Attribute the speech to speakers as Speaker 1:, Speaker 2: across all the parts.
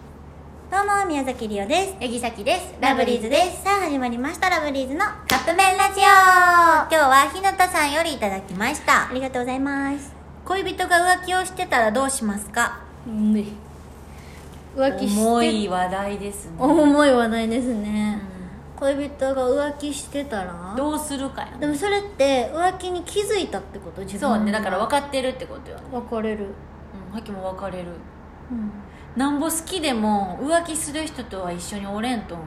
Speaker 1: どうも宮崎りおです
Speaker 2: ヤギサキです
Speaker 1: ラブリーズですさあ始まりましたラブリーズのカップ麺ラジオ今日は日向さんよりいただきましたありがとうございます恋人が浮気をしてたらどうしますか
Speaker 2: 無理浮気して
Speaker 3: 重い話題ですね
Speaker 2: 重い話題ですね、恋人が浮気してたら
Speaker 3: どうするかや
Speaker 2: でもそれって浮気に気づいたってこと自分
Speaker 3: そうねだから分かってるってことよね
Speaker 2: 別れる
Speaker 3: うんハキも別れる
Speaker 2: うん
Speaker 3: なんぼ好きでも浮気する人とは一緒におれんと思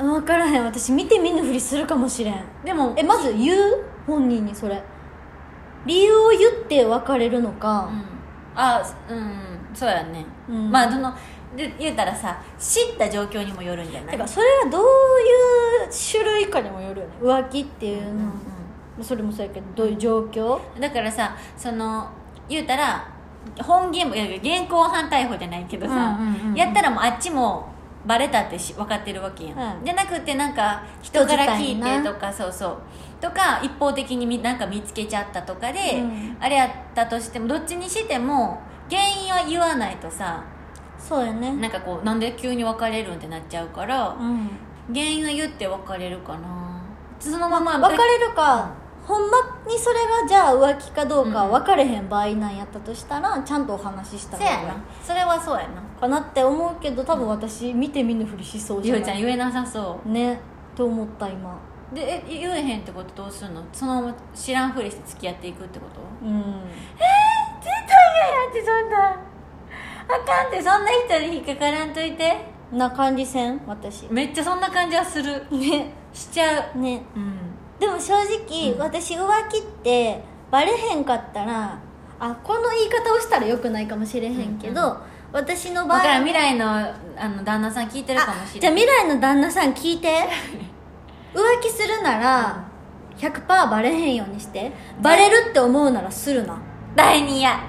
Speaker 3: う
Speaker 2: 分からへん私見て見ぬふりするかもしれん
Speaker 3: でも
Speaker 2: えまず言う本人にそれ理由を言って別れるの
Speaker 3: う
Speaker 2: か、
Speaker 3: んあうんそうやね、
Speaker 2: うん
Speaker 3: まあそので言うたらさ知った状況にもよるんじゃない
Speaker 2: てかそれはどういう種類かにもよるよね浮気っていうの、
Speaker 3: うん
Speaker 2: それもそうやけどどういう状況、
Speaker 3: うんだからさその言うたら本ゲームいや現行犯逮捕じゃないけどさ、
Speaker 2: うんうんうんうん
Speaker 3: やったらもうあっちもバレたってし分かってるわけやん、
Speaker 2: うん
Speaker 3: じゃなくてなんか人から聞い
Speaker 2: 人伝い
Speaker 3: て
Speaker 2: な
Speaker 3: とかそうそうとか一方的にみなんか見つけちゃったとかで、
Speaker 2: うん
Speaker 3: あれやったとしてもどっちにしても原因は言わないとさ
Speaker 2: そうやね
Speaker 3: なんかこうなんで急に別れるんってなっちゃうから
Speaker 2: うん
Speaker 3: 原因は言って別れるかなそのまま
Speaker 2: 別れるか、ほんまにそれがじゃあ浮気かどうか
Speaker 3: うん
Speaker 2: 分かれへん場合なんやったとしたら、ちゃんとお話しした
Speaker 3: そう
Speaker 2: 方が
Speaker 3: や
Speaker 2: い
Speaker 3: ないそれはそうやな
Speaker 2: かなって思うけど多分私見て見ぬふりしそうじ
Speaker 3: ゆ
Speaker 2: ゃ
Speaker 3: うち
Speaker 2: な
Speaker 3: ゃん
Speaker 2: い
Speaker 3: 言えなさそ
Speaker 2: ねと思った今
Speaker 3: うでえ言えへんってことどうすんのそのまま知らんふりして付き合っていくってこと
Speaker 2: うん
Speaker 3: 絶対嫌やってそんなあかんってそんな人に引っかからんといて
Speaker 2: な感じせん私
Speaker 3: めっちゃそんな感じはする
Speaker 2: ね
Speaker 3: しちゃう
Speaker 2: ね
Speaker 3: うん
Speaker 2: でも正直、私浮気ってバレへんかったらあこの言い方をしたらよくないかもしれへんけど、
Speaker 3: うん
Speaker 2: 私の場合
Speaker 3: だからん未来のあの旦那さん聞いてるかもし
Speaker 2: じ
Speaker 3: れ
Speaker 2: ゃあ
Speaker 3: ない
Speaker 2: 未来の旦那さん聞いて 浮気するなら100%バレへんようにしてバレるって思うならするな
Speaker 3: 第二や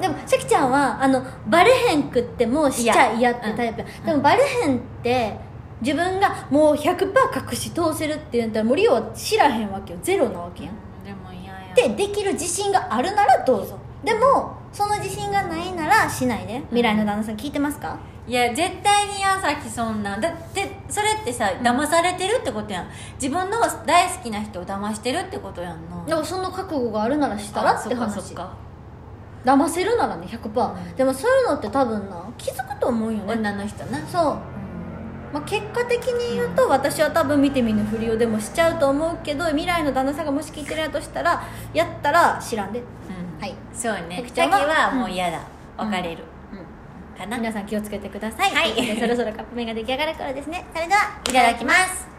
Speaker 2: でもさきちゃんはあのバレへんくってもしちゃ嫌ってタイプ、でもバレへんって自分がもう100%隠し通せるって言うんだったら森は知らへんわけよゼロなわけやん
Speaker 3: でも嫌や
Speaker 2: でできる自信があるならどうぞでもその自信がないならしないで未来の旦那さん聞いてますか、
Speaker 3: いや絶対に矢崎そんなんだってそれってさ騙されてるってことやん自分の大好きな人を騙してるってことやんな
Speaker 2: でもその覚悟があるならしたらって話
Speaker 3: あそっかそっか
Speaker 2: 騙せるならね100%、
Speaker 3: うん
Speaker 2: でもそういうのって多分な気づくと思うよね
Speaker 3: 女の人な
Speaker 2: そう、まあ、結果的に言うと私は多分見て見ぬふりをでもしちゃうと思うけど未来の旦那さんがもし聞いてるやとしたらやったら知らんで、
Speaker 3: うん
Speaker 2: はい
Speaker 3: そうね
Speaker 2: さきち
Speaker 3: 矢
Speaker 2: ゃ
Speaker 3: 崎
Speaker 2: んは
Speaker 3: はもう嫌だ
Speaker 2: うん
Speaker 3: 別れるかな
Speaker 2: 皆さん気をつけてください、
Speaker 3: はい
Speaker 2: とうことでそろそろカップ麺が出来上がるからですねそれではい
Speaker 3: ただきます